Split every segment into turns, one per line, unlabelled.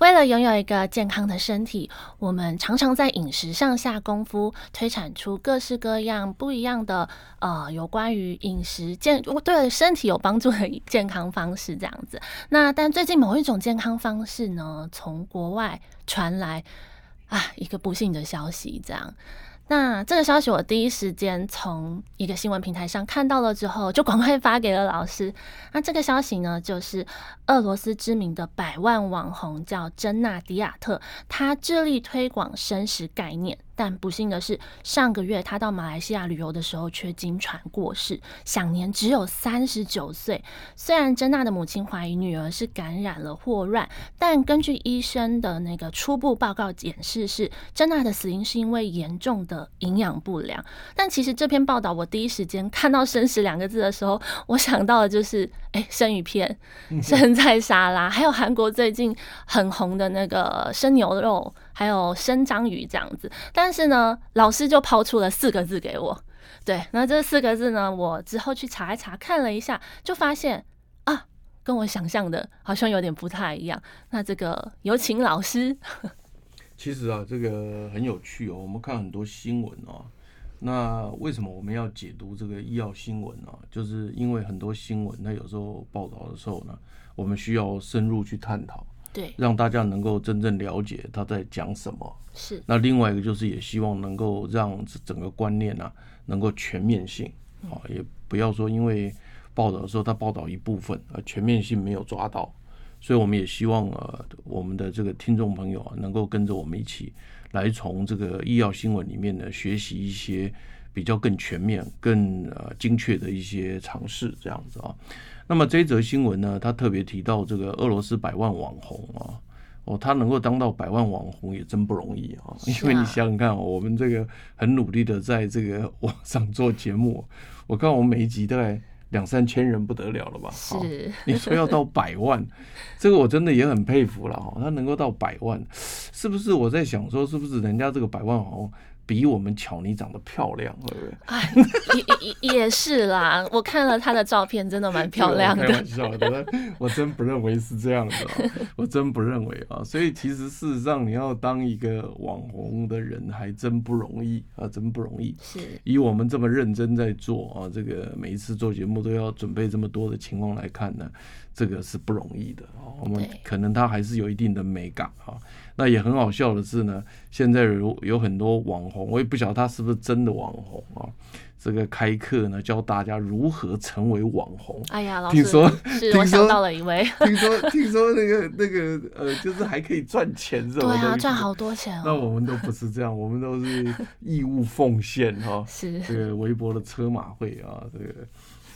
为了拥有一个健康的身体，我们常常在饮食上下功夫，推产出各式各样不一样的呃，有关于饮食健对身体有帮助的健康方式这样子。那但最近某一种健康方式呢，从国外传来啊一个不幸的消息，这样。那这个消息我第一时间从一个新闻平台上看到了之后，就赶快发给了老师。那这个消息呢，就是俄罗斯知名的百万网红叫珍娜迪亚特，她致力推广生食概念，但不幸的是，上个月她到马来西亚旅游的时候却经传过世，享年只有三十九岁。虽然珍娜的母亲怀疑女儿是感染了霍乱，但根据医生的那个初步报告显示是，是珍娜的死因是因为严重的。营养不良，但其实这篇报道我第一时间看到“生食”两个字的时候，我想到的就是，哎、欸，生鱼片、 生菜沙拉，还有韩国最近很红的那个生牛肉，还有生章鱼这样子。但是呢，老师就抛出了四个字给我，对，那这四个字呢，我之后去查一查，看了一下，就发现啊，跟我想象的好像有点不太一样。那这个有请老师。
其实啊，这个很有趣哦。我们看很多新闻哦，那为什么我们要解读这个医药新闻呢、啊？就是因为很多新闻，它有时候报道的时候呢，我们需要深入去探讨，
对，
让大家能够真正了解他在讲什么。
是。
那另外一个就是，也希望能够让整个观念啊，能够全面性啊、哦，也不要说因为报道的时候他报道一部分，而全面性没有抓到。所以我们也希望呃，我们的这个听众朋友啊，能够跟着我们一起来从这个医药新闻里面呢，学习一些比较更全面、更呃精确的一些尝试，这样子啊。那么这一则新闻呢，他特别提到这个俄罗斯百万网红啊，哦，他能够当到百万网红也真不容易啊， 因为你想想看、哦，我们这个很努力的在这个网上做节目，我看我每一集大概。两三千人不得了了吧？
是、哦，
你说要到百万，这个我真的也很佩服了哈、哦。他能够到百万，是不是？我在想说，是不是人家这个百万好像比我们巧妮长得漂亮，对不对？
哎，也也也是啦。我看了她的照片，真的蛮漂亮的。
开玩笑的， 我真不认为是这样的、 哦，我真不认为啊。所以其实事实上，你要当一个网红的人，还真不容易啊，真不容易。
是，
以我们这么认真在做啊，这个每一次做节目都要准备这么多的情况来看呢，这个是不容易的啊。我们可能他还是有一定的美感啊。那也很好笑的是呢，现在有有很多网红，我也不晓得他是不是真的网红啊。这个开课呢，教大家如何成为网红。
哎呀，老
师，听说
是我想到了一位，
听说听说那个那个呃，就是还可以赚钱什么的。
对啊，赚好多钱哦。
那我们都不是这样，我们都是义务奉献哈、哦。
是
这个微博的车马会啊，这个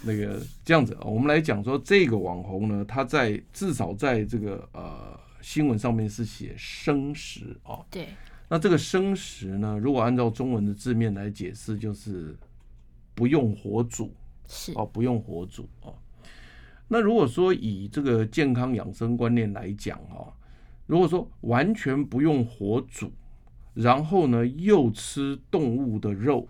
那个这样子，啊我们来讲说这个网红呢，他在至少在这个呃。新闻上面是写生食啊，
对。
那这个生食呢，如果按照中文的字面来解释，就是不用火煮，
是
哦，不用火煮啊。那如果说以这个健康养生观念来讲啊，如果说完全不用火煮，然后呢又吃动物的肉。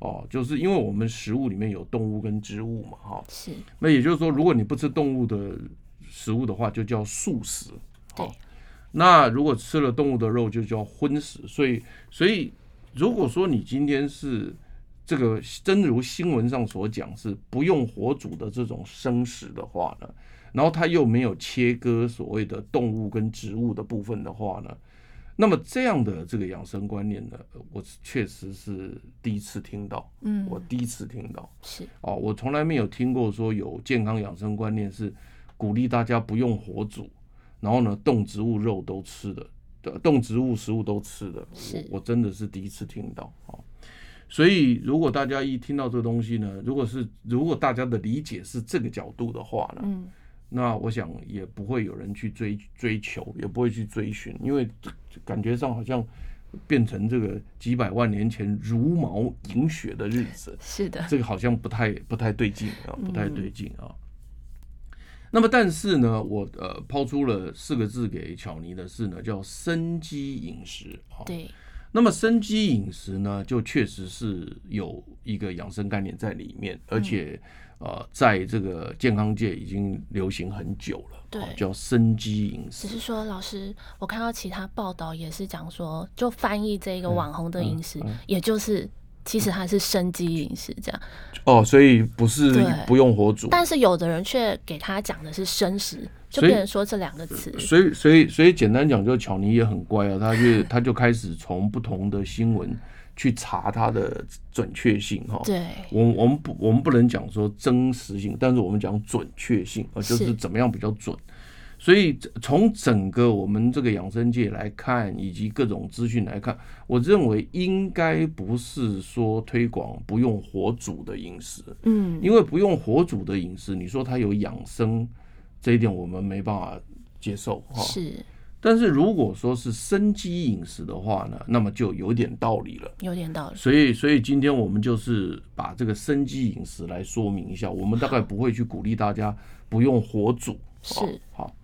哦，就是因为我们食物里面有动物跟植物嘛，哈、哦，
是。
那也就是说，如果你不吃动物的食物的话，就叫素食。
对，
那如果吃了动物的肉，就叫荤食。所以，所以如果说你今天是这个真如新闻上所讲是不用火煮的这种生食的话呢，然后它又没有切割所谓的动物跟植物的部分的话呢，那么这样的这个养生观念呢，我确实是第一次听到。
嗯，
我第一次听到
是
哦，我从来没有听过说有健康养生观念是鼓励大家不用火煮。然后呢，动植物肉都吃的，动植物食物都吃的，我我真的是第一次听到啊、哦。所以如果大家一听到这个东西呢，如果是如果大家的理解是这个角度的话呢，
嗯，
那我想也不会有人去追追求，也不会去追寻，因为感觉上好像变成这个几百万年前茹毛饮血的日子，
是的，
这个好像不太不太对劲啊，不太
嗯
对劲啊。那么，但是呢，我呃抛出了四个字给巧妮的是呢，叫生机饮食啊。
对，
那么生机饮食呢，就确实是有一个养生概念在里面，而
嗯
且呃，在这个健康界已经流行很久了，
对
哦叫生机饮
只
食。
是说老师，我看到其他报道也是讲说，就翻译这
嗯
个网红的饮食，也就是其实它是生机饮食这样，
哦，所以不是
对
不用火煮，
但是有的人却给他讲的是生食，就
所以呃哦
变成说这两个词，
所以，所以，所以，简单讲，就是巧妮也很乖啊，她就她就开始从不同的新闻去查它的准确性哈。
对，
我我们不我们不能讲说真实性，但是我们讲准确性啊，呃就是是怎么样比较准。所以这从整个我们这个养生界来看，以及各种资讯来看，我认为应该不是说推广不用火煮的饮食，
嗯，
因为不用火煮的饮食，你说它有养生这一点，我们没办法接受哈。
是
但是如果说是生机饮食的话呢，那么就有点道理了。
有点道理，
所以，所以今天我们就是把这个生机饮食来说明一下。我们大概不会去鼓励大家不用火煮，哦
是
好。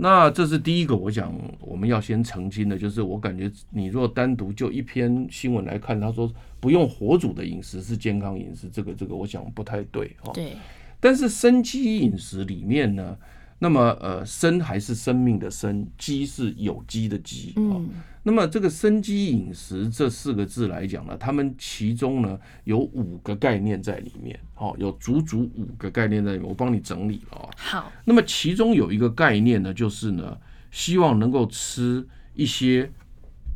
那这是第一个，我想我们要先澄清的，就是我感觉你若单独就一篇新闻来看，他说不用火煮的饮食是健康饮食，这个这个我想不太对哈。哦
对，
但是生机饮食里面呢，那么呃，生还是生命的生，机是有机的机啊、哦那么这个生机饮食这四个字来讲呢，他们其中呢有五个概念在里面，哦，有足足五个概念在里面，我帮你整理了啊、
好，
那么其中有一个概念呢，就是呢，希望能够吃一些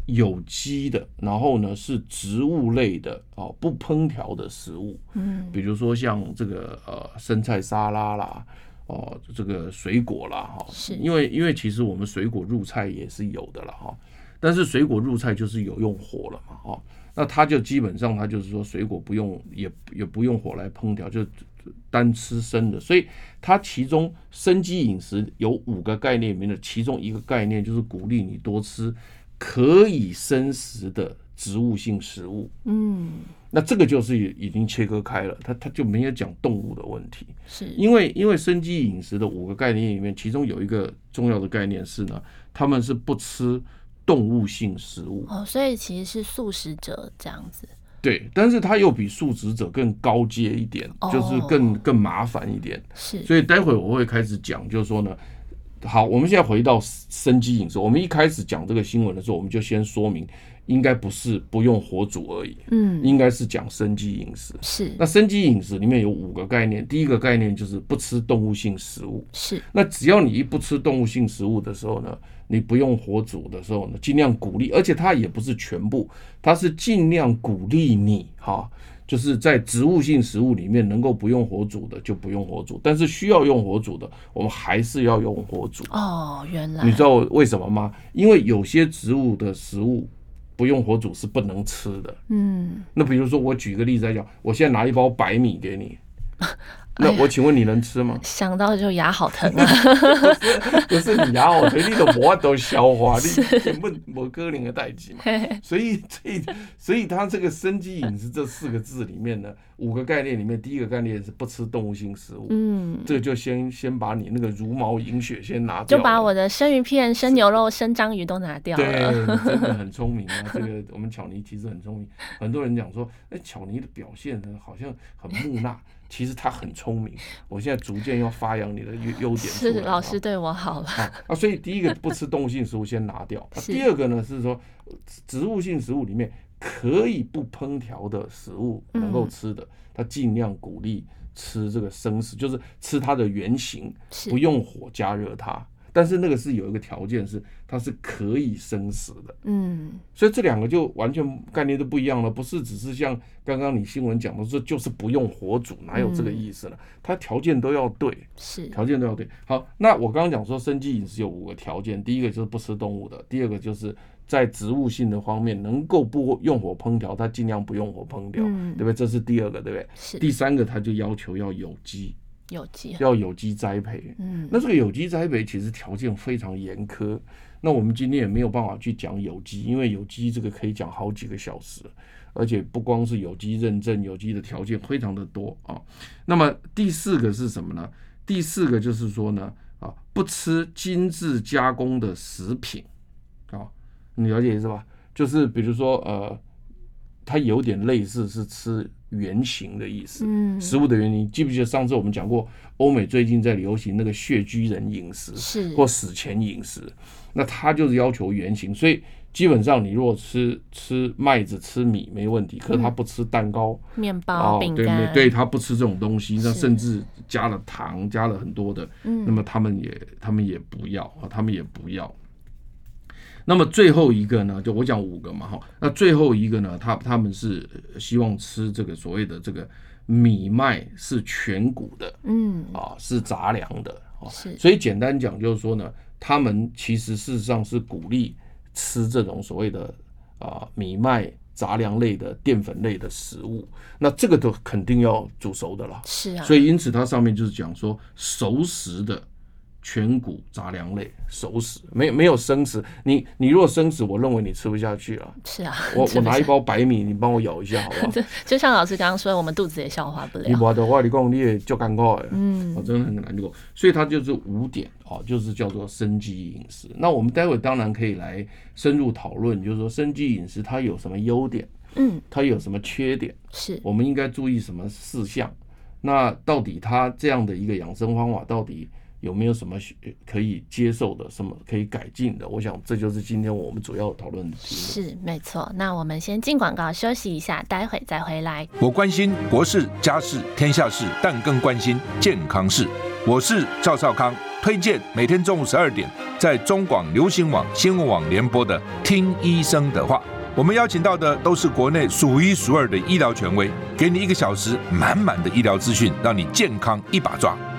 有机的，然后呢是植物类的哦，不烹调的食物，嗯，比如说像这个呃生菜沙拉啦。哦，这个水果啦，哈、
是
因为因为其实我们水果入菜也是有的了哈、但是水果入菜就是有用火了嘛，哈、那它就基本上它就是说水果不用也也不用火来烹调，就单吃生的，所以它其中生机饮食有五个概念里面的其中一个概念就是鼓励你多吃可以生食的植物性食物。
嗯，
那这个就是已已经切割开了，它它就没有讲动物的问题，
是
因为因为生机饮食的五个概念里面，其中有一个重要的概念是呢，他们是不吃动物性食物。
哦，所以其实是素食者这样子，
对，但是它又比素食者更高阶一点，就是更更麻烦一点。
是
所以待会我会开始讲，就是说呢，好，我们现在回到生机饮食。我们一开始讲这个新闻的时候，我们就先说明，应该不是不用火煮而已，
嗯，
应该是讲生机饮食。
是
那生机饮食里面有五个概念，第一个概念就是不吃动物性食物。
是
那只要你一不吃动物性食物的时候呢，你不用火煮的时候呢，尽量鼓励，而且它也不是全部，它是尽量鼓励你哈，就是在植物性食物里面能够不用火煮的就不用火煮，但是需要用火煮的，我们还是要用火煮。
哦，原来
你知道为什么吗？因为有些植物的食物不用火煮是不能吃的。
嗯，
那比如说，我举个例子来讲，我现在拿一包白米 给你，
哎
那我请问你能吃吗？
想到就牙好疼 啊，
不是你啊，我对你都无法度消化，你你不无可能的代志嘛。所以这所以它这个生机饮食这四个字里面呢，五个概念里面，第一个概念是不吃动物性食物，
嗯，
这个就先先把你那个茹毛饮血先拿
就
掉了，
把我的生鱼片、生牛肉、生章鱼都拿掉
对，
了，
你真的很聪明啊！这个我们巧妮其实很聪明，很多人讲说，哎，巧妮的表现呢好像很木讷，其实她很聪明。我现在逐渐要发扬你的优优点出来
是
啊
老师对我好了，
啊 啊，所以第一个不吃动物性食物先拿掉，啊
是
第二个呢是说植物性食物里面可以不烹调的食物
嗯
能够吃的，它尽量鼓励吃这个生食，就是吃它的原形，
是
不用火加热它。但是那个是有一个条件是它是可以生食的，
嗯，
所以这两个就完全概念都不一样了，不是只是像刚刚你新闻讲的说就是不用火煮，哪有
嗯
这个意思呢？它条件都要对，
是
条件都要对。好，那我刚刚讲说生机饮食有五个条件，第一个就是不吃动物的，第二个就是在植物性的方面能够不用火烹调，它尽量不用火烹调，
嗯
对不对？这是第二个，对不对？
是
第三个，它就要求要有机，
有机，
要有机栽培。
嗯，
那这个有机栽培其实条件非常严苛，那我们今天也没有办法去讲有机，因为有机这个可以讲好几个小时，而且不光是有机认证，有机的条件非常的多啊。那么第四个是什么呢？第四个就是说呢，啊，不吃精致加工的食品啊，你了解意思吧？就是比如说呃，它有点类似是吃原型的意思，
嗯
食物的原型。记不记得上次我们讲过，欧美最近在流行那个穴居人饮食，
是
或死前饮食，那它就是要求原型，所以基本上你如果吃吃麦子、吃米没问题，可是他
嗯
不吃蛋糕、
面包、啊
哦，
饼
对对
干，
对，他不吃这种东西，那
是
甚至加了糖，加了很多的，
嗯
那么他们也他们也不要啊，他们也不要。那么最后一个呢，就我讲五个嘛哈，那最后一个呢，他他们是呃希望吃这个所谓的这个米麦是全谷的，
嗯，
啊，是杂粮的啊，
是
所以简单讲就是说呢，他们其实事实上是鼓励吃这种所谓的啊米麦杂粮类的淀粉类的食物，那这个都肯定要煮熟的啦，
是啊，
所以因此它上面就是讲说熟食的全谷杂粮类，熟食没有没有生食，你你如果生食，我认为你吃不下去啊。
是啊，
我
吃
我
不
拿一
下，
包白米，你帮我舀一下好不好？
对就像老师刚刚说的，我们肚子也消化不
你
了，
无的话，你讲你也就尴尬的，
嗯
哦，真的很难过。所以它就是五点哦，就是叫做生机饮食。那我们待会当然可以来深入讨论，就是说生机饮食它有什么优点，
嗯，
它有什么缺点，
是
我们应该注意什么事项？那到底它这样的一个养生方法到底？有没有什么可以接受的，什么可以改进的？我想这就是今天我们主要讨论的题目。
是没错。那我们先进广告休息一下，待会再回来。
我关心国事、家事、天下事，但更关心健康事。我是赵少康，推荐每天中午十二点在中广流行网、新闻网联播的《听医生的话》。我们邀请到的都是国内数一数二的医疗权威，给你一个小时满满的医疗资讯，让你健康一把抓。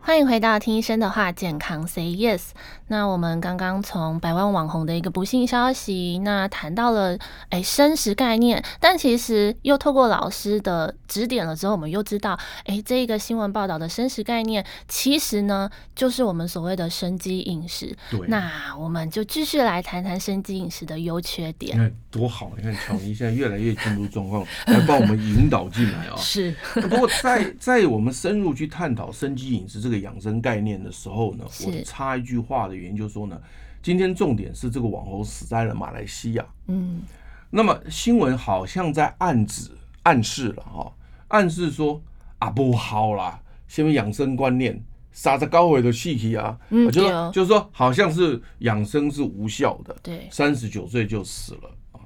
欢迎回到听医生的话，健康 Say Yes。那我们刚刚从百万网红的一个不幸消息，那谈到了哎生食概念，但其实又透过老师的指点了之后，我们又知道，哎，这个新闻报道的生食概念，其实呢就是我们所谓的生机饮食。
对
那我们就继续来谈谈生机饮食的优缺
你
点。
看多好！你看乔尼现在越来越进入状 况，来帮我们引导进来啊、
是
不过在在我们深入去探讨生机饮食这个养生概念的时候呢，
是
我插一句话的原因就是说呢，今天重点是这个网红死在了马来西亚。
嗯，
那么新闻好像在暗指暗示了哈、暗示说啊不好啦，下面养生观念。傻子高回的戏体啊，
嗯
我就
对哦
说就是说，好像是养生是无效的，
对，
三十九岁就死了啊。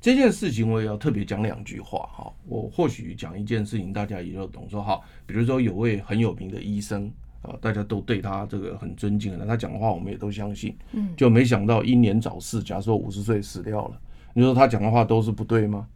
这件事情我也要特别讲两句话哈。我或许讲一件事情，大家也就懂说哈。比如说有位很有名的医生啊，大家都对他这个很尊敬的，他讲的话我们也都相信。
嗯
就没想到英年早逝，假如说五十岁死掉了，你说他讲的话都是不对吗？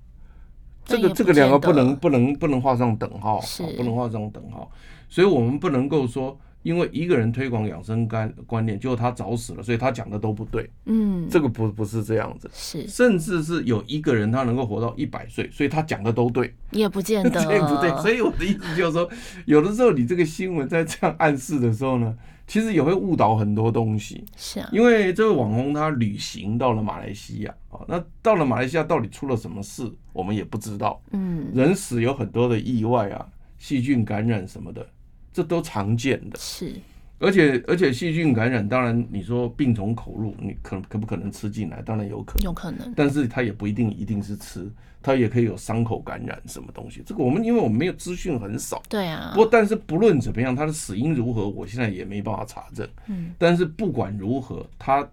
这
但
个
也
这
不
个两
见
个不
得
能不能不能画上等号，
是
啊不能画上等号，所以我们不能够说，因为一个人推广养生观观念，结果他早死了，所以他讲的都不对。
嗯，
这个不不是这样子，
是
甚至是有一个人他能够活到一百岁，所以他讲的都对，
也不见 得，
对不对？所以我的意思就是说，有的时候你这个新闻在这样暗示的时候呢，其实也会误导很多东西。
是啊，
因为这位网红他旅行到了马来西亚啊，那到了马来西亚到底出了什么事，我们也不知道。
嗯，
人死有很多的意外啊，细菌感染什么的，这都常见的。
是
而且而且细菌感染，当然你说病从口入，你可可不可能吃进来？当然有可能。
有可能，
但是它也不一定一定是吃，它也可以有伤口感染什么东西。这个我们因为我们没有资讯很少，
对啊，
不过但是不论怎么样，它的死因如何，我现在也没办法查证。
嗯，
但是不管如何，他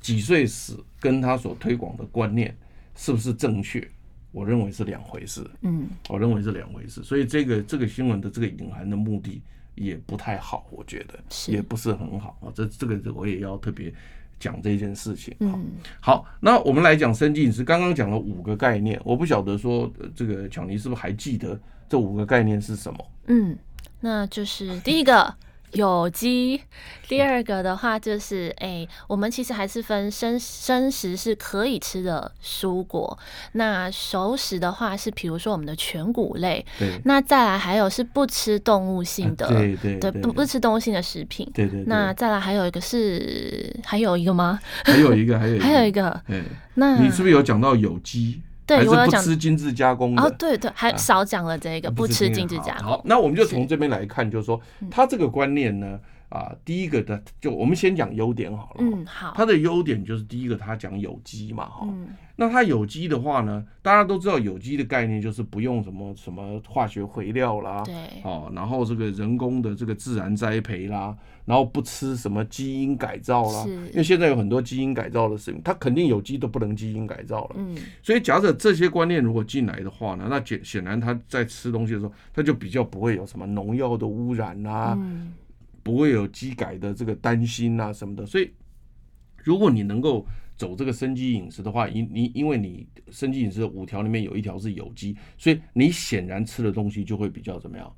几岁死跟他所推广的观念是不是正确，我认为是两回事。
嗯，
我认为是两回事。所以这个这个新闻的这个隐含的目的也不太好，我觉得
是
也不是很好啊。这这个我也要特别讲这件事情。好
嗯，
好，那我们来讲生计饮食，刚刚讲了五个概念，我不晓得说呃这个巧妮是不是还记得这五个概念是什么？
嗯，那就是第一个有机，第二个的话就是，哎、我们其实还是分生生食是可以吃的蔬果，那熟食的话是比如说我们的全谷类，
对
那再来还有是不吃动物性的，
啊对对对
不不吃动物性的食品。
对对对，
那再来还有一个是还有一个吗？
还有一个，还有一个，
还有一个，
哎，
那
你是不是有讲到有机？
对
还是
我有
不
讲
吃精致加工的？
哦，对对，还
啊
少讲了这个不吃精致加嗯
好，
工
好，那我们就从这边来看，就是说他这个观念呢，啊，第一个的就我们先讲优点好了。
嗯，，好
它，的优点就是第一个，它讲有机嘛，哈。
嗯，
那它有机的话呢，大家都知道有机的概念就是不用什么什么化学肥料啦，
对，
哦，然后这个人工的这个自然栽培啦，然后不吃什么基因改造啦，
是
因为现在有很多基因改造的食品，它肯定有机都不能基因改造了。
嗯，
所以假设这些观念如果进来的话呢，那显显然他在吃东西的时候，他就比较不会有什么农药的污染啊，
嗯，
不会有机改的这个担心啊什么的。所以，如果你能够走这个生机饮食的话，因你因为你生机饮食的五条里面有一条是有机，所以你显然吃的东西就会比较怎么样？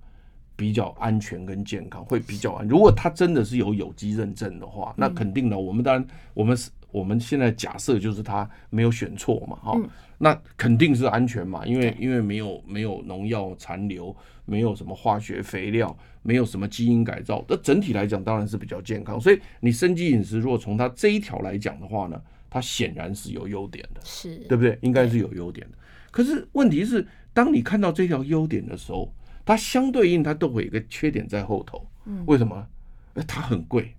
比较安全跟健康，会比较安。如果它真的是有有机认证的话，那肯定的。我们当然，我们是我们现在假设就是它没有选错嘛，哈、那肯定是安全嘛，因为因为没有没有农药残留，没有什么化学肥料，没有什么基因改造，那整体来讲当然是比较健康。所以你生机饮食如果从它这一条来讲的话呢，它显然是有优点的。
是，
对不对？应该是有优点的。可是问题是，当你看到这条优点的时候，它相对应它都会有一个缺点在后头。为什么？呃它很贵，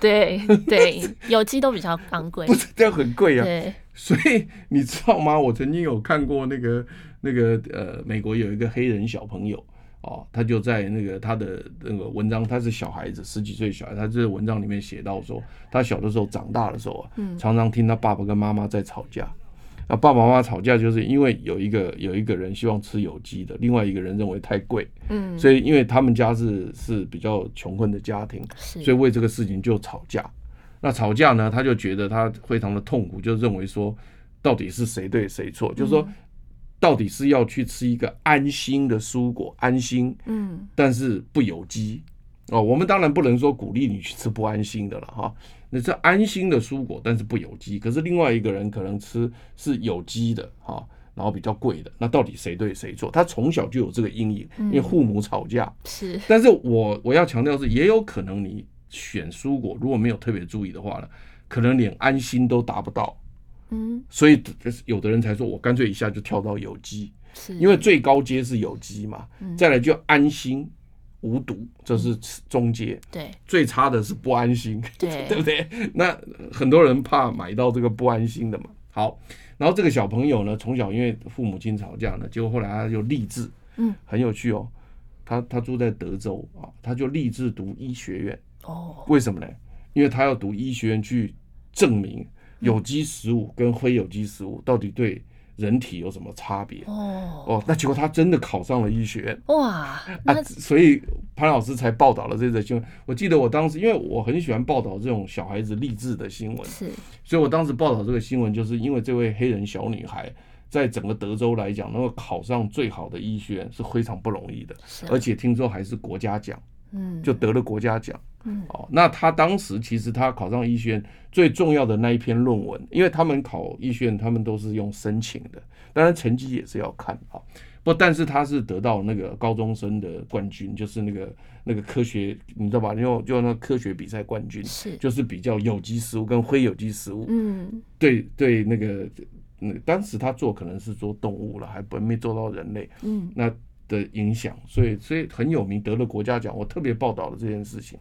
对对，有机都比较昂贵
不，是这样很贵啊。
对，
所以你知道吗？我曾经有看过那个那个呃，美国有一个黑人小朋友哦，他就在那个他的那个文章，他是小孩子，十几岁小孩，他这个文章里面写到说，他小的时候长大的时候啊，常常听他爸爸跟妈妈在吵架。那爸爸妈妈吵架，就是因为有一个有一个人希望吃有机的，另外一个人认为太贵，
嗯，
所以因为他们家是是比较穷困的家庭，
嗯是，
所以为这个事情就吵架。那吵架呢，他就觉得他非常的痛苦，就认为说，到底是谁对谁错？就是说，到底是要去吃一个安心的蔬果，安心，
嗯，
但是不有机哦。我们当然不能说鼓励你去吃不安心的了哈。那这安心的蔬果，但是不有机，可是另外一个人可能吃是有机的哈，然后比较贵的，那到底谁对谁错？他从小就有这个阴影，因为父母吵架，
是，
但是我我要强调是，也有可能你选蔬果如果没有特别注意的话呢，可能连安心都达不到，
嗯，
所以就是有的人才说我干脆一下就跳到有机，
是，
因为最高阶是有机嘛，再来就安心无毒，这是中阶，
对
最差的是不安心，
对
对不对？那很多人怕买到这个不安心的嘛。好，然后这个小朋友呢，从小因为父母亲吵架呢，结果后来他就立志，
嗯，
很有趣哦。他他住在德州啊，他就立志读医学院，
哦，
为什么呢？因为他要读医学院去证明有机食物跟非有机食物到底对人体有什么差别。
哦，
哦，那结果他真的考上了医学院，
哇，
啊
那，
所以潘老师才报道了这则新闻。我记得我当时，因为我很喜欢报道这种小孩子励志的新闻，
是
所以我当时报道这个新闻，就是因为这位黑人小女孩在整个德州来讲，能够考上最好的医学院是非常不容易的，
是，啊
而且听说还是国家奖，
嗯，
就得了国家奖。
嗯
哦，那她当时其实她考上医学院最重要的那一篇论文，因为他们考医学院，他们都是用申请的，当然成绩也是要看啊。不，但是他是得到那个高中生的冠军，就是那个那个科学，你知道吧？就就那个科学比赛冠军，
是，
就是比较有机食物跟非有机食物，
嗯，
对对，那个那当时他做可能是做动物了，还不没做到人类，
嗯，
那的影响，所以所以很有名，得了国家奖，我特别报道了这件事情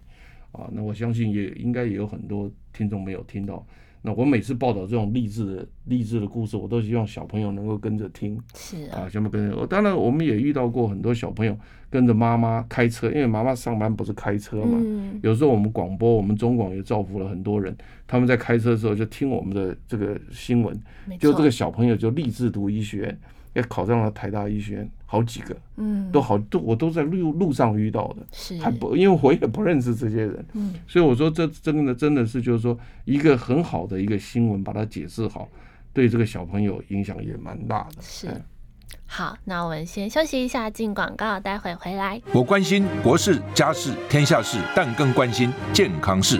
啊。那我相信也应该也有很多听众没有听到。那我每次报道这种励志的励志的故事，我都希望小朋友能够跟着听
是啊，
啊，全部跟着。我当然我们也遇到过很多小朋友跟哦着妈妈开车，因为妈妈上班不是开车嘛，
嗯，
有时候我们广播，我们中广也造福了很多人，他们在开车的时候就听我们的这个新闻，
没
就
错，
这个，小朋友就立志读医学院，也考上了台大医学院，好几个
嗯，
都好都我都在路路上遇到的，
是，
还不因为我也不认识这些人，
嗯，
所以我说这真的真的是就是说一个很好的一个新闻，把它解释好，对这个小朋友影响也蛮大的，
是
哎
好，那我们先休息一下，进广告，待会回来。
我关心国事、家事、天下事，但更关心健康事。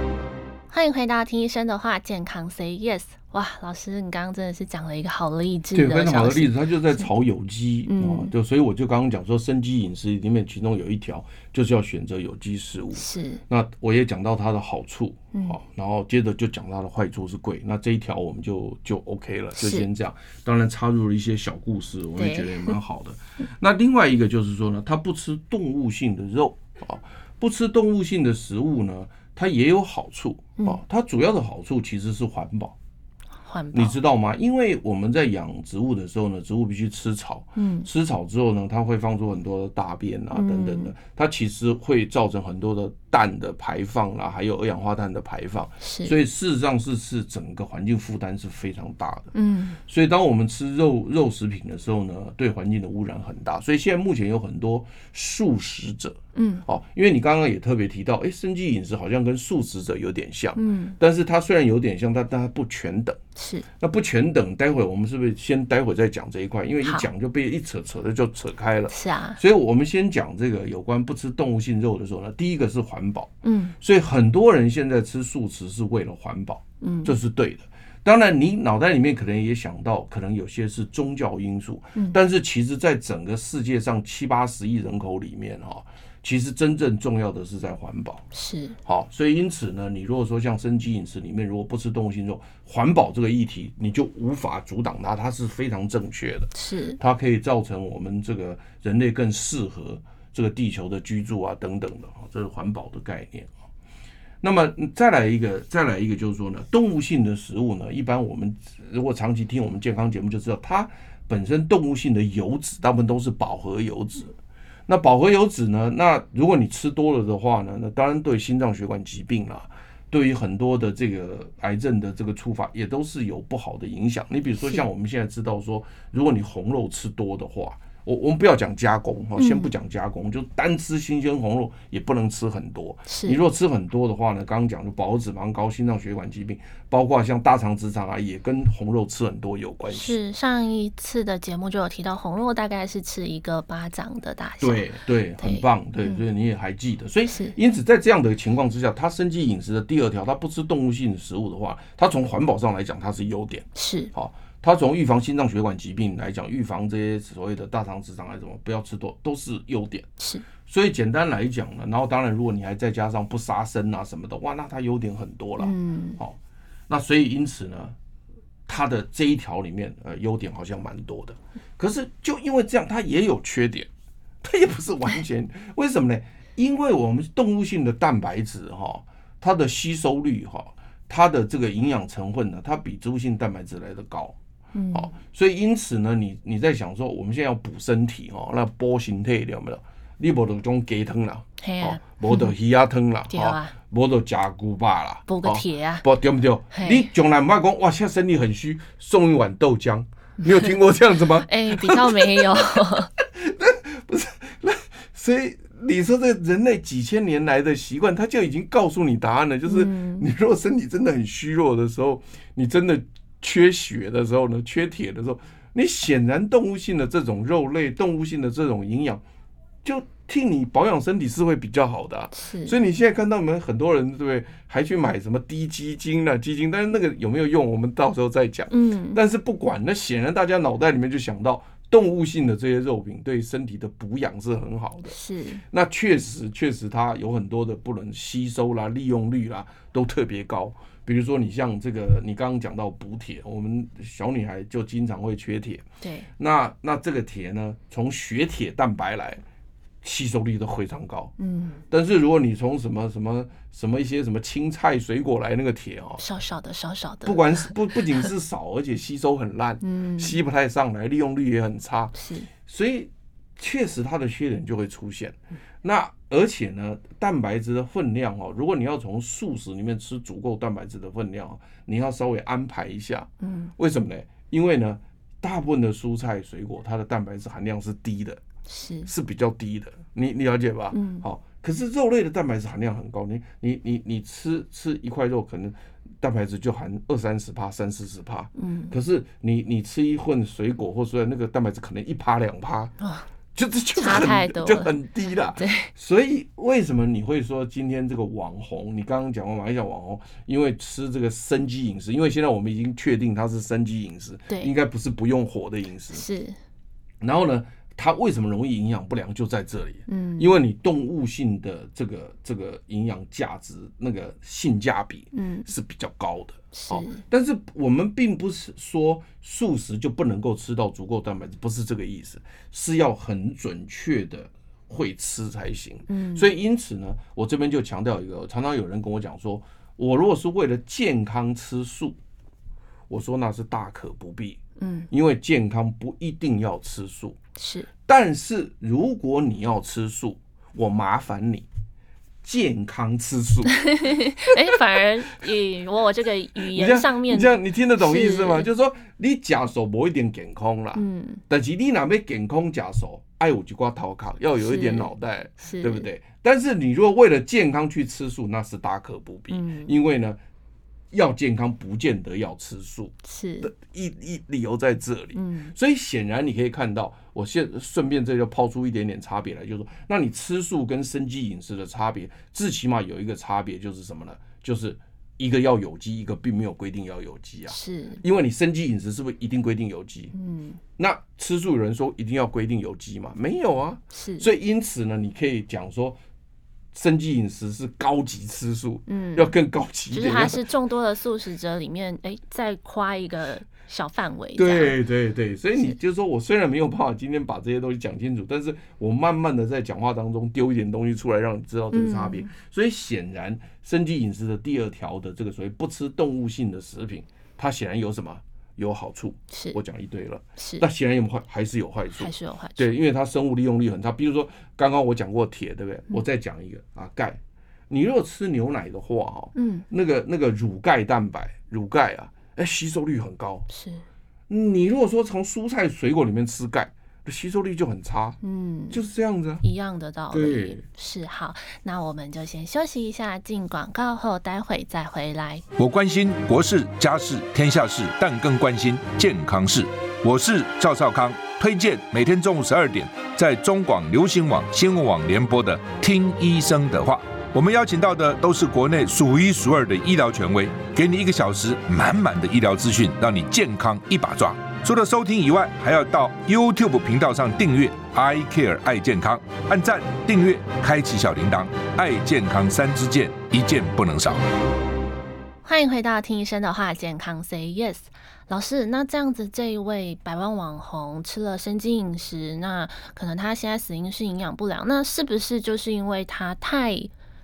欢迎回到听医生的话，健康 Say Yes。哇，老师，你刚刚真的是讲了一个好励志
对，
的
非常好
消
的
息
例子，他就在炒有机
嗯
哦，就所以我就刚刚讲说，生机饮食里面其中有一条就是要选择有机食物。
是
那我也讲到它的好处，好、然后接着就讲它的坏处是贵。那这一条我们就就 OK 了，就是先这样。当然插入了一些小故事，我也
对
觉得也蛮好的。那另外一个就是说呢，它不吃动物性的肉啊，不吃动物性的食物呢，它也有好处啊。它主要的好处其实是环保。
环保，
你知道吗？因为我们在养植物的时候呢，植物必须吃草，
嗯
吃草之后呢，它会放出很多的大便啊
嗯
等等的，它其实会造成很多的氮的排放啦、还有二氧化碳的排放，
是，
所以事实上是是整个环境负担是非常大的。
嗯
所以当我们吃肉肉食品的时候呢，对环境的污染很大。所以现在目前有很多素食者
嗯
哦，因为你刚刚也特别提到，哎，生机饮食好像跟素食者有点像，
嗯，
但是它虽然有点像，但但它不全等。
是
那不全等，待会我们是不是先待会再讲这一块？因为一
好
讲就被一扯扯的就扯开了。
是啊，
所以我们先讲这个有关不吃动物性肉的时候呢，第一个是环保，
嗯
所以很多人现在吃素食是为了环保，
嗯，
这是对的。当然，你脑袋里面可能也想到，可能有些是宗教因素，
嗯
但是其实，在整个世界上七八十亿人口里面，哈，其实真正重要的是在环保。
是
好，所以因此呢，你如果说像生机饮食里面，如果不吃动物性肉，环保这个议题，你就无法阻挡它，它是非常正确的，
是，
它可以造成我们这个人类更适合这个地球的居住啊等等的，哦这是环保的概念。哦那么嗯再来一个，再来一个就是说呢，动物性的食物呢，一般我们如果长期听我们健康节目就知道，它本身动物性的油脂大部分都是饱和油脂，那饱和油脂呢？那如果你吃多了的话呢，那当然对心脏血管疾病啦、对于很多的这个癌症的这个触发，也都是有不好的影响。你比如说，像我们现在知道说，如果你红肉吃多的话，我我们不要讲加工哈，先不讲加工，就单吃新鲜红肉也不能吃很多。
是
你如果吃很多的话呢，刚刚讲就饱和脂肪高、心脏血管疾病，包括像大肠直肠癌，也跟红肉吃很多有关系。
是上一次的节目就有提到，红肉大概是吃一个巴掌的大小，
对对，很棒，对，所以你也还记得，所以
嗯是
因此在这样的情况之下，他生计饮食的第二条，他不吃动物性食物的话，他从环保上来讲，它是优点，
是
好、他从预防心脏血管疾病来讲，预防这些所谓的大肠直肠癌什么，不要吃多，都是优点。
是
所以简单来讲呢，然后当然如果你还再加上不杀生啊什么的，哇，那它优点很多了。
嗯
好、那所以因此呢，它的这一条里面，呃，优点好像蛮多的。可是就因为这样，它也有缺点，它也不是完全。为什么呢？因为我们动物性的蛋白质哈、它的吸收率哈、它的这个营养成分呢，它比植物性蛋白质来的高。
嗯
好、所以因此呢，你你在想说，我们现在要补身体哈、那波形态有没有？你无得种鸡汤啦，
嘿
哦
啊，，
无得鱼仔汤啦，哦
对啊
无得食牛肉啦，
补个
哦
铁啊，
不对不对？
嘿？
你从来不要讲哇，现在身体很虚，送一碗豆浆，你有听过这样子吗
哎，比较没有，
所以你说这人类几千年来的习惯，他就已经告诉你答案了，就是
嗯
你如果身体真的很虚弱的时候，你真的缺血的时候呢，缺铁的时候，你显然动物性的这种肉类、动物性的这种营养，就替你保养身体是会比较好的啊、
是
所以你现在看到我们很多人对不对，还去买什么低基金啦、基金，但是那个有没有用，我们到时候再讲。
嗯
但是不管，那显然大家脑袋里面就想到动物性的这些肉品对身体的补养是很好的。
是
那确实，确实它有很多的不能吸收啦、利用率啦都特别高。比如说，你像这个，你刚刚讲到补铁，我们小女孩就经常会缺铁。
对
那那这个铁呢，从血铁蛋白来，吸收率都非常高。
嗯
但是如果你从什么什么什么一些什么青菜水果来那个铁哦，
少少的少少的，
不管是不不仅是少，而且吸收很烂，
嗯
吸不太上来，利用率也很差。
是
所以确实它的缺点就会出现。
嗯
那而且呢，蛋白质的分量哦，如果你要从素食里面吃足够蛋白质的分量哦，你要稍微安排一下。嗯，为什么呢？因为呢，大部分的蔬菜水果它的蛋白质含量是低的，
是
是比较低的，你你了解吧？嗯，好。可是肉类的蛋白质含量很高，你你你你吃吃一块肉，可能蛋白质就含二三十帕、三四十帕。嗯，可是你你吃一份水果或者那个蛋白质可能一趴两趴，就这就
哦差太
很
多
就
了
很低了。
对，
所以为什么你会说今天这个网红？你刚刚讲过马来西亚网红，因为吃这个生机饮食，因为现在我们已经确定它是生机饮食，
对
应该不是不用火的饮食。
是，
然后呢，它为什么容易营养不良就在这里，
嗯，
因为你动物性的这个这个营养价值那个性价比，
嗯
是比较高的。
是
好，但是我们并不是说素食就不能够吃到足够蛋白质，不是这个意思，是要很准确的会吃才行。嗯，所以因此呢，我这边就强调一个，常常有人跟我讲说，我如果是为了健康吃素，我说那是大可不必。
嗯，
因为健康不一定要吃素，
是
但是如果你要吃素，我麻烦你健康 吃素。
哎、反而以我这个语
你这
言
样
上面
你，这样你听得懂意思吗？
是
就是说你假手某一点健康啦，
嗯，
但是你哪边健康假手，爱有就挂头壳，要有一点
是
脑袋，
是，
对不？对？但是你如果为了健康去吃素，那是大可不必，
嗯
因为呢，要健康不见得要吃素的
是，
一一理由在这里。
嗯，
所以显然你可以看到，我现顺便这就抛出一点点差别来，就是说，那你吃素跟生机饮食的差别，最起码有一个差别就是什么呢？就是一个要有机，一个并没有规定要有机啊。
是，
因为你生机饮食是不是一定规定有机？
嗯，
那吃素有人说一定要规定有机吗？没有啊。
是，
所以因此呢，你可以讲说，生机饮食是高级吃素，
嗯
要更高级一
就
点。
是它
要
是众多的素食者里面，哎、再夸一个小范围，这样，
对对对，所以你就说我虽然没有办法今天把这些东西讲清楚，但是我慢慢的在讲话当中丢一点东西出来，让你知道这个差
嗯
别。所以显然，生机饮食的第二条的这个所谓不吃动物性的食品，它显然有什么有好处？
是
我讲一堆了，
是
那，显然有坏还是有坏处
还？是有坏处，
对，因为它生物利用率很差。比如说刚刚我讲过铁，对不
嗯
对？我再讲一个啊，钙。你如果吃牛奶的话，哦，
嗯，
那个那个乳钙蛋白，乳钙啊，哎，吸收率很高。
是，
你如果说从蔬菜水果里面吃钙，吸收率就很差，
嗯，
就是这样子啊。
一样的道
对
理，是好，那我们就先休息一下，进广告后，待会再回来。
我关心国事、家事、天下事，但更关心健康事。我是赵少康，推荐每天中午十二点在中广流行网、新闻网联播的《听医生的话》。我们邀请到的都是国内数一数二的医疗权威，给你一个小时满满的医疗资讯，让你健康一把抓。除了收听以外，还要到 YouTube 频道上订阅 “I Care 爱健康”，按赞、订阅、开启小铃铛，爱健康三支箭，一件不能少。
欢迎回到听医生的话，健康 Say Yes。老师，那这样子，这一位百万网红吃了生津饮食，那可能他现在死因是营养不良，那是不是就是因为他太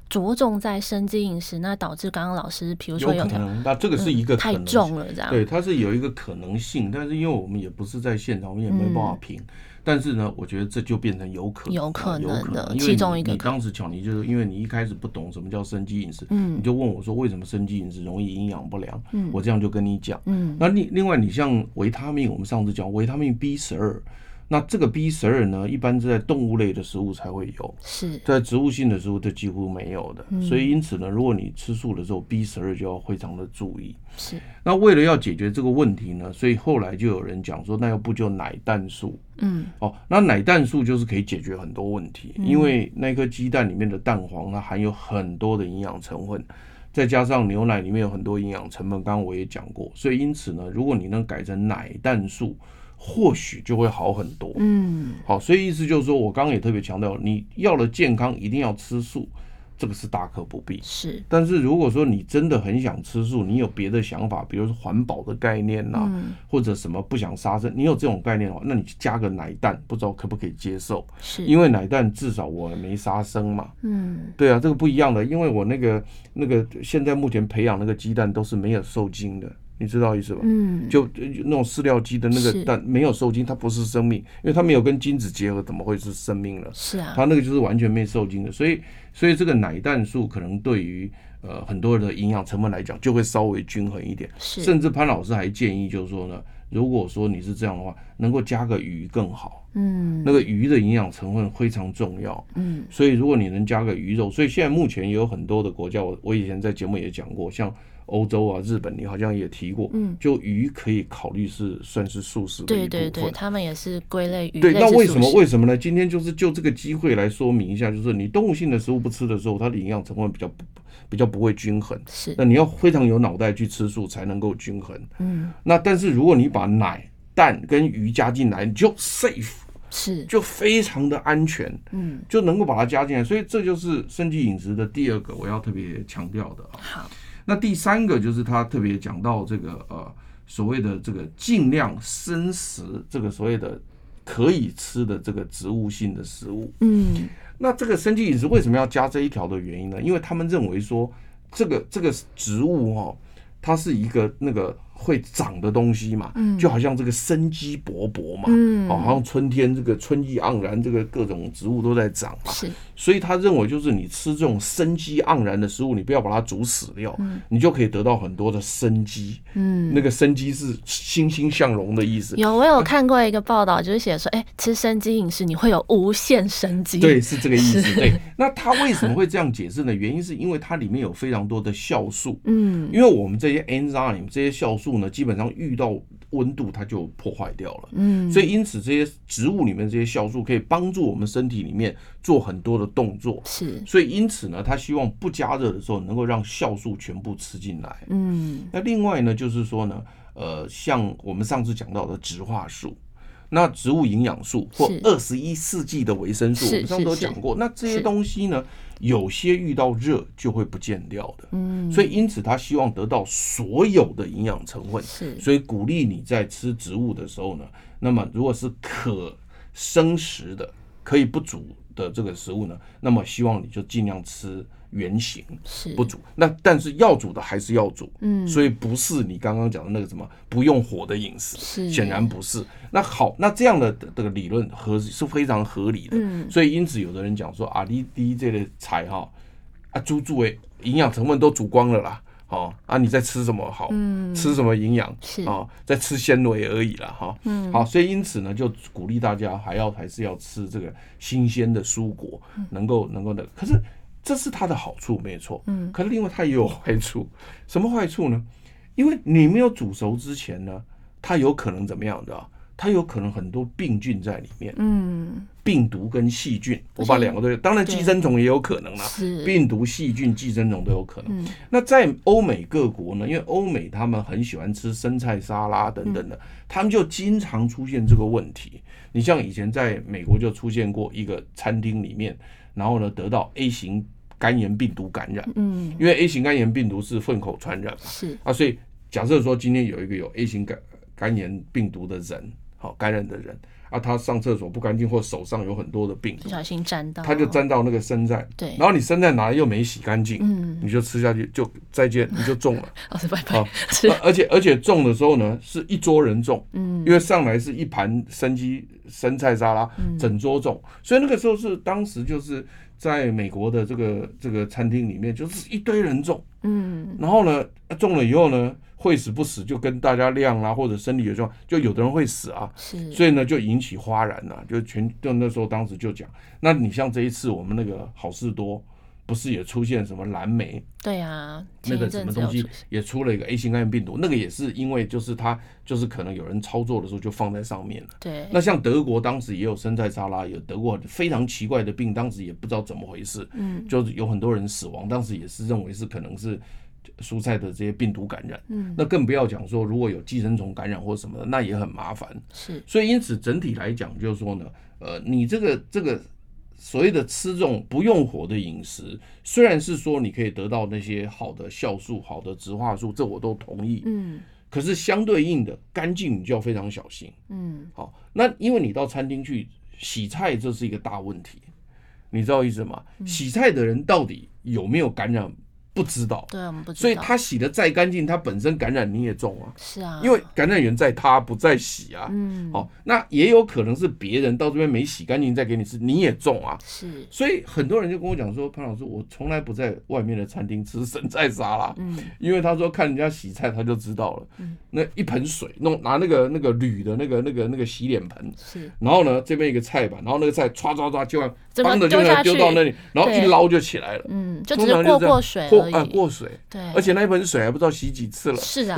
着重在生津饮食，那导致刚刚老师，比如说
有可
条
能，那这个是一个可
太
能性
重了，这样
对，它是有一个可能性，但是因为我们也不是在现场，我们也没办法评。但是呢，我觉得这就变成有可能，
嗯
啊
有可
有
能
可
的
能因为
其中
你
一个
你
可
当时巧，你就是因为你一开始不懂什么叫生机饮食，
嗯
你就问我说为什么生机饮食容易营养不良，
嗯
我这样就跟你讲。
嗯
那另另外，你像维他命，我们上次讲维他命 B 十二，那这个 B 十二呢，一般是在动物类的食物才会有，
是
在植物性的食物它几乎没有的。
嗯
所以因此呢，如果你吃素的时候，B 十二就要非常的注意。
是
那为了要解决这个问题呢，所以后来就有人讲说，那要不就奶蛋素
嗯
哦。那奶蛋素就是可以解决很多问题，因为那颗鸡蛋里面的蛋黄它含有很多的营养成分，再加上牛奶里面有很多营养成分，刚刚我也讲过，所以因此呢，如果你能改成奶蛋素，或许就会好很多。
嗯
好，所以意思就是说我刚刚也特别强调，你要了健康一定要吃素，这个是大可不必。
是
但是如果说你真的很想吃素，你有别的想法，比如说环保的概念呐、
嗯
或者什么不想杀生，你有这种概念的话，那你加个奶蛋，不知道可不可以接受？
是，
因
为
为奶蛋至少我没杀生嘛。
嗯
对啊，这个不一样的，因为我那个那个现在目前培养那个鸡蛋都是没有受精的，你知道意思吧？
嗯，
就就那种饲料鸡的那
是
个蛋没有受精，它不是生命，因为它没有跟精子结合，怎么会是生命呢？
是啊，
它那个就是完全没受精的，所以所以这个奶蛋素可能对于呃很多人的营养成分来讲，就会稍微均衡一点。
是
甚至潘老师还建议，就是说呢，如果说你是这样的话，能够加个鱼更好。
嗯
那个鱼的营养成分非常重要，
嗯，
所以如果你能加个鱼肉，所以现在目前也有很多的国家，我我以前在节目也讲过，像欧洲啊、日本，你好像也提过，
嗯
就鱼可以考虑是算是素食的
对
一部
对
分。
对，他们也是归类鱼
对，
类
那
是
为
素
什么？
食
为什么呢？今天就是就这个机会来说明一下，就是你动物性的食物不吃的时候，它的营养成分比较不比较不会均衡。
是
那你要非常有脑袋去吃素才能够均衡。
嗯
那但是如果你把奶、蛋跟鱼加进来，你就 safe，
是
就非常的安全。
嗯
就能够把它加进来，所以这就是生计饮食的第二个我要特别强调的啊。
好
那第三个就是他特别讲到这个呃所谓的这个尽量生食，这个所谓的可以吃的这个植物性的食物。
嗯
那这个生计饮食为什么要加这一条的原因呢？因为他们认为说这个这个植物哦，它是一个那个会长的东西嘛，就好像这个生机勃勃嘛，
嗯
哦，好像春天这个春意盎然，这个各种植物都在长嘛，
是
所以他认为就是你吃这种生机盎然的食物，你不要把它煮死掉，你就可以得到很多的生机。
嗯
那个生机是欣欣向荣的意思。
有，我有看过一个报道，就是写说，哎、吃生机饮食你会有无限生机。
对，，是这个意思。对，那他为什么会这样解释呢？原因是因为它里面有非常多的酵素，
嗯
因为我们这些 enzyme 这些酵素呢，基本上遇到温度它就破坏掉了。
嗯，
所以，因此这些植物里面这些酵素可以帮助我们身体里面做很多的动作，
是
所以因此呢，他希望不加热的时候能够让酵素全部吃进来。
嗯
那另外呢，就是说呢，呃，像我们上次讲到的植化素。那植物营养素或
是
二十一世纪的维生素，
是
我们上次都
是是
讲过。那这些
是
东西呢，有些遇到热就会不见掉的，
嗯，
所以因此他希望得到所有的营养成分，
是
所以鼓励你在吃植物的时候呢，那么如果是可生食的、可以不煮的这个食物呢，那么希望你就尽量吃原形，
是
不煮。那但是要煮的还是要煮，
嗯
所以不是你刚刚讲的那个什么不用火的饮
是
食，显然不是。那好，那这样的这个理论合是非常合理的，
嗯
所以因此有的人讲说啊，你第一这类菜哈啊，猪猪诶，营养成分都煮光了啦。哦啊，你在吃什么好？
嗯
吃什么营养？
是
哦，在吃纤维而已啦，哈、嗯，好，所以因此呢，就鼓励大家还要还是要吃这个新鲜的蔬果，
嗯
能够能够的。可是这是它的好处，没错，嗯，可是另外它也有坏处，什么坏处呢？因为你没有煮熟之前呢，它有可能怎么样的？它有可能很多病菌在里面，
嗯
病毒跟细菌，我
且
把两个都有，当然寄生虫也有可能啦，
是
病毒、细菌、寄生虫都有可能
嗯。
那在欧美各国呢，因为欧美他们很喜欢吃生菜沙拉等等
嗯
的，他们就经常出现这个问题。你像以前在美国就出现过一个餐厅里面，然后呢得到 A 型肝炎病毒感染，
嗯
因为 A 型肝炎病毒是粪口传染嘛，
是
啊，所以假设说今天有一个有 A 型肝肝炎病毒的人，好感染的人啊，他上厕所不干净或手上有很多的病
不
毒，
小心沾到，
他就沾到那个生菜，
对
然后你生菜拿来又没洗干净，
嗯
你就吃下去就再见，你就中 了。
哦是拜拜
好，
是
而且而且中的时候呢，是一桌人中，
嗯
因为上来是一盘生鸡生菜沙拉，
嗯
整桌中，所以那个时候是当时就是在美国的这个这个餐厅里面，就是一堆人中，
嗯
然后呢中了以后呢，会死不死就跟大家亮啦、或者生理有状，就有的人会死啊，
是
所以呢就引起哗然呐、就全就那时候当时就讲，那你像这一次我们那个好事多，不是也出现什么蓝莓？
对啊，前
那
一
个什
阵
么
子
东
有
西
出现
也出了一个 A 型肝炎病毒，那个也是因为就是它就是可能有人操作的时候就放在上面了。
对
那像德国当时也有生菜沙拉，有得过非常奇怪的病，当时也不知道怎么回事，嗯，就是有很多人死亡，当时也是认为是可能是蔬菜的这些病毒感染，嗯，那更不要讲说如果有寄生虫感染或什么的，那也很麻烦，
是
所以因此整体来讲，就是说呢，呃，你这个这个所谓的吃这种不用火的饮食，虽然是说你可以得到那些好的酵素、好的植化素，这我都同意，
嗯
可是相对应的干净你就要非常小心。
嗯
好，那因为你到餐厅去洗菜，这
嗯
是一个大问题，你知道意思吗？洗菜的人到底有没有感染不知道，
对啊我们不知道，
所以他洗的再干净，他本身感染你也中啊，
是啊，
因为感染源在他不在洗啊。
嗯，
好，那也有可能是别人到这边没洗干净再给你吃，你也中啊。
是，
所以很多人就跟我讲说，潘老师，我从来不在外面的餐厅吃生菜沙拉，
嗯，
因为他说看人家洗菜他就知道了，那一盆水弄拿那个那个铝的那个那个那个洗脸盆，
是
然后呢这边一个菜板，然后那个菜唰唰唰就
怎么
帮着就
丢下
能丢到
去
那里，然后一
对
捞就起来了，
嗯，就只
通
是
常
过
这样
过水
过
而已，
啊过水，
对，
而且那一盆水还不知道洗几次了，
是啊，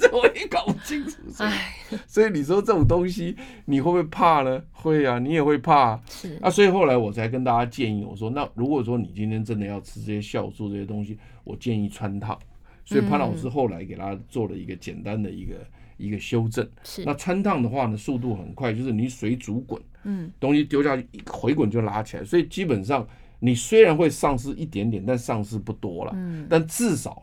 这我也搞不清楚。所以
哎，
所以你说这种东西你会不会怕呢？会啊，你也会怕啊。
是
啊，所以后来我才跟大家建议，我说那如果说你今天真的要吃这些酵素这些东西，我建议穿套。所以潘老师后来给他做了一个简单的一个一个修正。
是
那，穿烫的话呢，速度很快，就是你水煮滚，
嗯，
东西丢下去一回滚就拉起来，所以基本上你虽然会丧失一点点，但丧失不多了，
嗯
但至少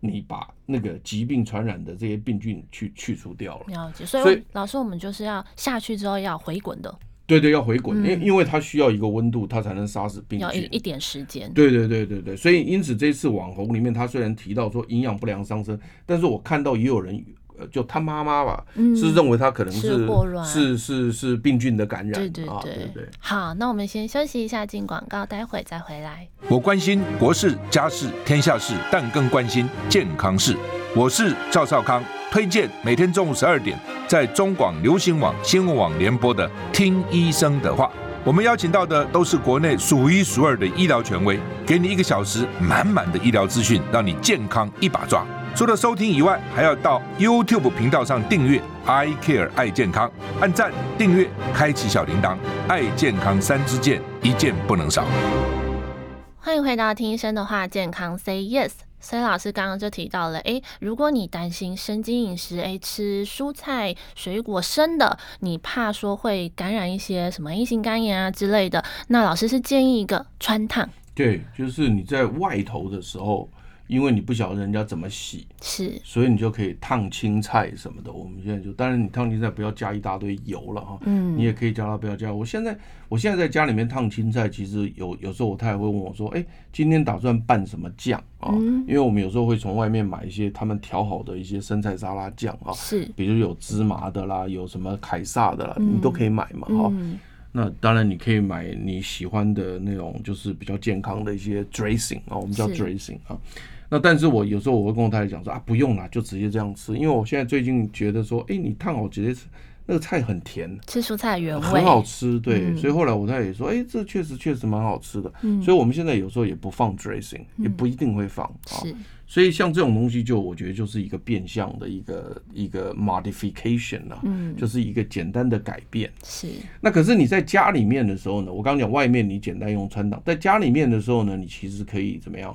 你把那个疾病传染的这些病菌去去除掉了。
了解。所以
所以
老师，我们就是要下去之后要回滚的，
对对，要回滚，因为
嗯
因为它需要一个温度，它才能杀死病
要一
菌
一。点时间。
对对对对对，所以因此这次网红里面，他虽然提到说营养不良伤身，但是我看到也有人，呃，就他妈妈吧，
嗯
是认为他可能
吃
是
过卵
是是是病菌的感染，
对对
啊，对对。
好，那我们先休息一下，进广告，待会再回来。
我关心国事、家事、天下事，但更关心健康事。我是赵少康，推荐每天中午十二点在中广流行网、新闻网联播的《听医生的话》。我们邀请到的都是国内数一数二的医疗权威，给你一个小时满满的医疗资讯，让你健康一把抓。除了收听以外，还要到 YouTube 频道上订阅 “I Care 爱健康”，按赞、订阅、开启小铃铛，爱健康三支箭，一件不能少。
欢迎回到听医生的话，健康 Say Yes。所以老师刚刚就提到了，诶，如果你担心生津饮食，诶，吃蔬菜水果生的，你怕说会感染一些什么乙型肝炎啊之类的，那老师是建议一个穿烫，
对，就是你在外头的时候，因为你不晓得人家怎么洗，
是
所以你就可以烫青菜什么的。我们现在就，当然你烫青菜不要加一大堆油了哈，
嗯
你也可以叫他不要加。我现在我现在在家里面烫青菜，其实有有时候我太太会问我说，哎、今天打算拌什么酱啊？
嗯
因为我们有时候会从外面买一些他们调好的一些生菜沙拉酱啊，
是，
比如有芝麻的啦，有什么凯撒的啦，你都可以买嘛哈。
嗯，
那当然，你可以买你喜欢的那种，就是比较健康的一些 dressing 啊，我们叫
是
dressing 啊。那但是我有时候我会跟我太太讲说啊，不用啦，就直接这样吃，因为我现在最近觉得说，哎、你烫好直接吃，那个菜很甜，
吃蔬菜的原味
很好吃，啊对。
嗯
所以后来我太太也说，哎、这确实确实蛮好吃的。所以我们现在有时候也不放 dressing，、也
嗯
不一定会放啊。
是
所以像这种东西，就我觉得就是一个变相的一个一个 modification 啦、
嗯
就是一个简单的改变。
是
那可是你在家里面的时候呢，我刚刚讲外面你简单用穿档，在家里面的时候呢，你其实可以怎么样，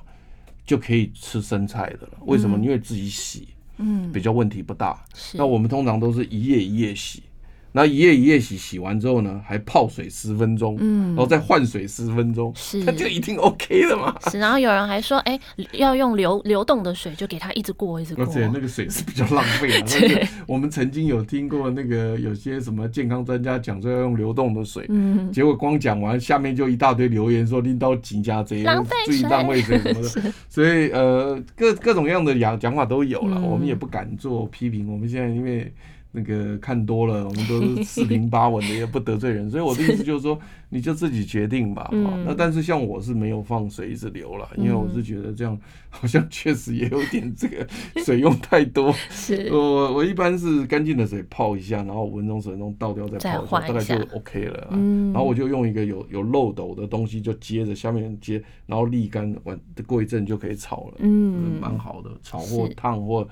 就可以吃生菜的了。为什么？因为自己洗，
嗯
比较问题不大。
是
那我们通常都是一夜一夜洗，那一夜一夜洗，洗完之后呢，还泡水十分钟，
嗯
然后再换水十分钟，
是
那就一定 OK 的嘛。
是，然后有人还说，哎、要用流流动的水，就给它一直过，一直过
而。且那个水是比较浪费的。那个我们曾经有听过那个有些什么健康专家讲说要用流动的水，
嗯
结果光讲完，下面就一大堆留言说拎到井家贼，
浪费
注意
水
浪费水什 么的。所以呃，各各种样的讲讲法都有了，
嗯
我们也不敢做批评。我们现在因为。那个看多了，我们都 是四平八稳的，也不得罪人，所以我的意思就是说，你就自己决定吧。哦
嗯
那但是像我是没有放水一直流了，因为我是觉得这样好像确实也有点这个水用太多。
是
我呃我我一般是干净的水泡一下，然后五分钟、十分钟倒掉再
再
泡
换
大概
一下
就 OK 了啊、
嗯
然后我就用一个有有漏斗的东西就接着下面接，然后沥干完，过一阵就可以炒了。
嗯
蛮好的，炒或
是
烫或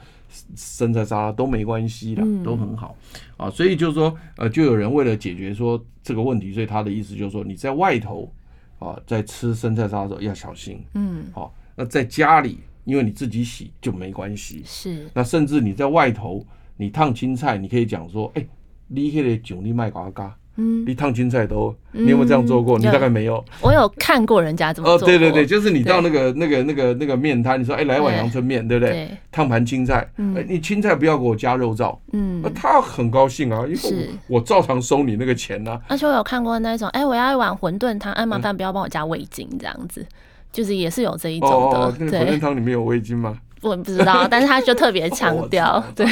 生菜沙拉都没关系啦，
嗯
都很好啊。所以就是说，呃，就有人为了解决说这个问题，所以他的意思就是说，你在外头啊，在吃生菜沙拉的时候要小心，
嗯
好、那在家里，因为你自己洗就没关系，
是
那甚至你在外头，你烫青菜，你可以讲说，哎、你迄个酒你卖嘎嘎，
嗯，
你烫青菜都，你有没有这样做过？
嗯
你大概没有。
我有看过人家怎么
哦，
做过。
对对对，就是你到那个那个那个那个面摊，你说，哎、来碗阳春面，对不对？
对，
烫盘青菜，
嗯
哎你青菜不要给我加肉燥，
嗯
那、。他很高兴啊，因
是
为我我照常收你那个钱呐、啊
而且我有看过那种，哎、我要一碗馄饨汤，哎，麻烦不要帮我加味精这样子，就是也是有这一
哦
种的，
哦，那个口
对
香，糖里面有味精吗？
我不知道，但是他就特别
哦
强调， 对，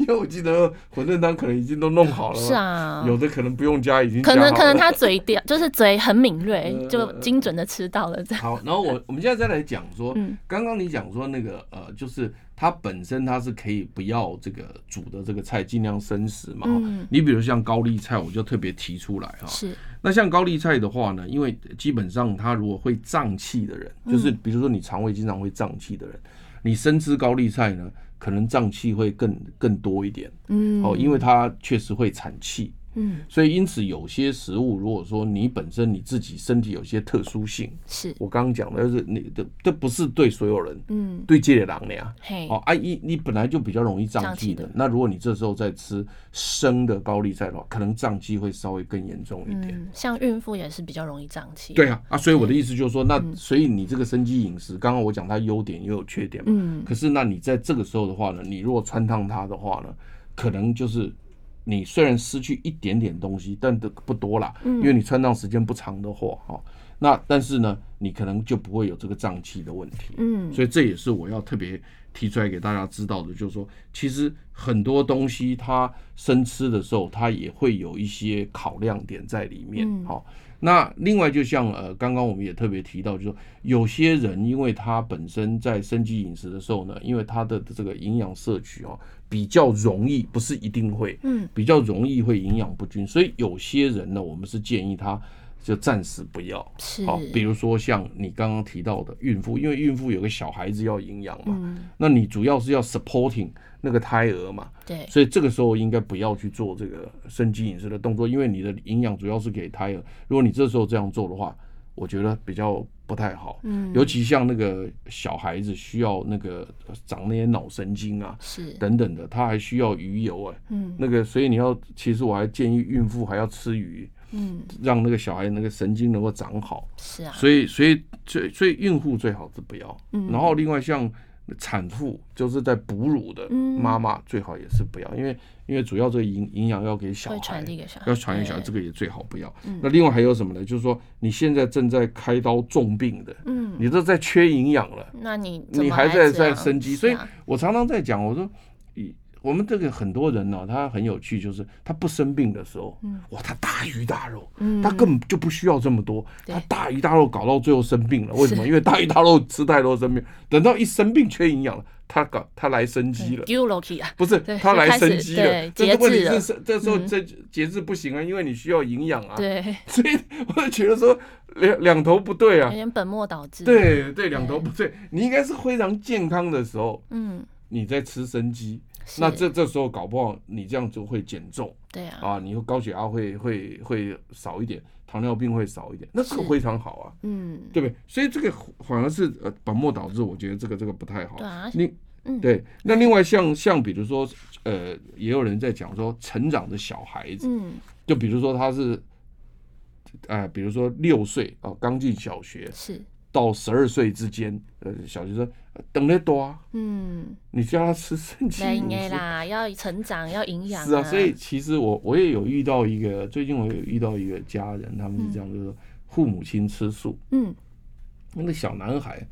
因为我记得馄饨汤可能已经都弄好了，
是，啊，
有的可能不用加，已经
可
加
能
好
可能
了
他嘴刁，就是嘴很敏锐
嗯，
就精准的吃到了这样，
好， 然后我我们现在再来讲说
呃嗯，
刚刚你讲说那个呃，就是它本身它是可以不要这个煮的这个菜，尽量生食嘛。
嗯
哈你比如像高丽菜，我就特别提出来哈。
是，
那像高丽菜的话呢，因为基本上它如果会胀气的人，
嗯
就是比如说你肠胃经常会胀气的人，你生吃高丽菜呢，可能胀气会更更多一点
嗯，
哦，因为它确实会产气。
嗯
所以因此有些食物，如果说你本身你自己身体有些特殊性，
是，
我刚刚讲的就是你的，这不是对所有人，
嗯，
对这些人的呀。
嘿
哦，，啊，一你本来就比较容易胀
胀
气
气
的
的，
那如果你这时候再吃生的高丽菜的话，可能胀气会稍微更严重一点。
嗯，像孕妇也是比较容易胀气，
对，啊，啊，所以我的意思就是说，那
嗯
所以你这个生机饮食，刚刚我讲它优点也有缺点嘛。
嗯
可是那你在这个时候的话呢，你如果穿烫它的话呢，可能就是你虽然失去一点点东西，但都不多啦，因为你穿烫时间不长的话，哈、那但是呢，你可能就不会有这个胀气的问题。
嗯，
所以这也是我要特别提出来给大家知道的，就是说，其实很多东西它生吃的时候，它也会有一些考量点在里面。
嗯
好、那另外就像呃，刚刚我们也特别提到，就是说有些人因为他本身在生机饮食的时候呢，因为他的这个营养摄取哦比较容易，不是一定会，
嗯，
比较容易会营养不均，所以有些人呢，我们是建议他就暂时不要。
是，
好，比如说像你刚刚提到的孕妇，因为孕妇有个小孩子要营养嘛，
嗯，
那你主要是要 supporting 那个胎儿嘛，
对，
所以这个时候应该不要去做这个生肌饮食的动作，因为你的营养主要是给胎儿。如果你这时候这样做的话，我觉得比较不太好。
嗯，
尤其像那个小孩子需要那个长那些脑神经啊
是，
等等的，他还需要鱼油哎、
嗯
那个所以你要，其实我还建议孕妇还要吃鱼，
嗯，
让那个小孩那个神经能够长好。
是啊，
所以，所以，最所以孕妇最好是不要。
嗯
然后，另外像产妇，就是在哺乳的
嗯
妈妈，最好也是不要，因为因为主要这个营营养要给小
会
孩
传，递给小孩，
要传给小孩，
对
这个也最好不要
嗯。
那另外还有什么呢？就是说你现在正在开刀重病的，
嗯，
你都在缺营养了，
那你怎么
你还在
这
在
样
生机，
是
所以
啊
我常常在讲，我说，以我们这个很多人呢、他很有趣，就是他不生病的时候，哇，他大鱼大肉，
嗯
他根本就不需要这么多，
对
他大鱼大肉搞到最后生病 了，为什么？因为大鱼大肉吃太多生病，等到一生病缺营养了，他搞他来生机了。
丢 Loki 啊，
不是，
对
他
就
来
开
生
始
机
对
了。但是
节
问题
制
是
了嗯
是，这时候这节制不行啊，因为你需要营养啊。
对，
所以我就觉得说两两头不对啊
有。点本末倒置，，
对对，两头不对。你应该是非常健康的时候，
嗯，
你在吃生鸡，
是
那这这时候搞不好你这样就会减重
对啊，
啊，你会高血压会会会少一点，糖尿病会少一点，那这个
是
非常好啊，
嗯，
对不对？所以这个反而是呃本末倒置，我觉得这个这个不太好
对。啊，
另
嗯
对，那另外像像比如说呃，也有人在讲说成长的小孩子，
嗯，
就比如说他是。呃，比如说六岁啊，刚进小学，
是，
到十二岁之间，呃，小学生呃等得多啊，
嗯，
你叫他吃生鸡
那应
饮
该
食，
啦，要成长，要营养，
是啊，所以其实我我也有遇到一个，最近我有遇到一个家人，他们是这样，就是说父母亲吃素，
嗯
那个小男孩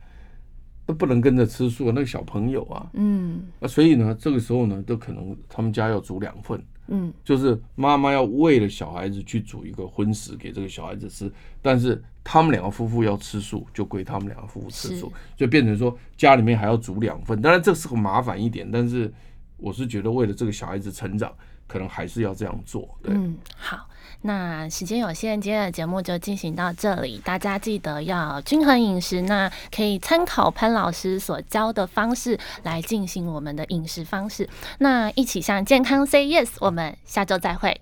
都不能跟着吃素，那个小朋友啊，
嗯
啊，所以呢，这个时候呢，都可能他们家要煮两份，
嗯，
就是妈妈要为了小孩子去煮一个荤食给这个小孩子吃，但是他们两个夫妇要吃素，就归他们两个夫妇吃素，就变成说家里面还要煮两份。当然这是很麻烦一点，但是我是觉得为了这个小孩子成长，可能还是要这样做。对，
嗯，好，那时间有限，今天的节目就进行到这里。大家记得要均衡饮食，那可以参考潘老师所教的方式来进行我们的饮食方式。那一起向健康 say yes，我们下周再会。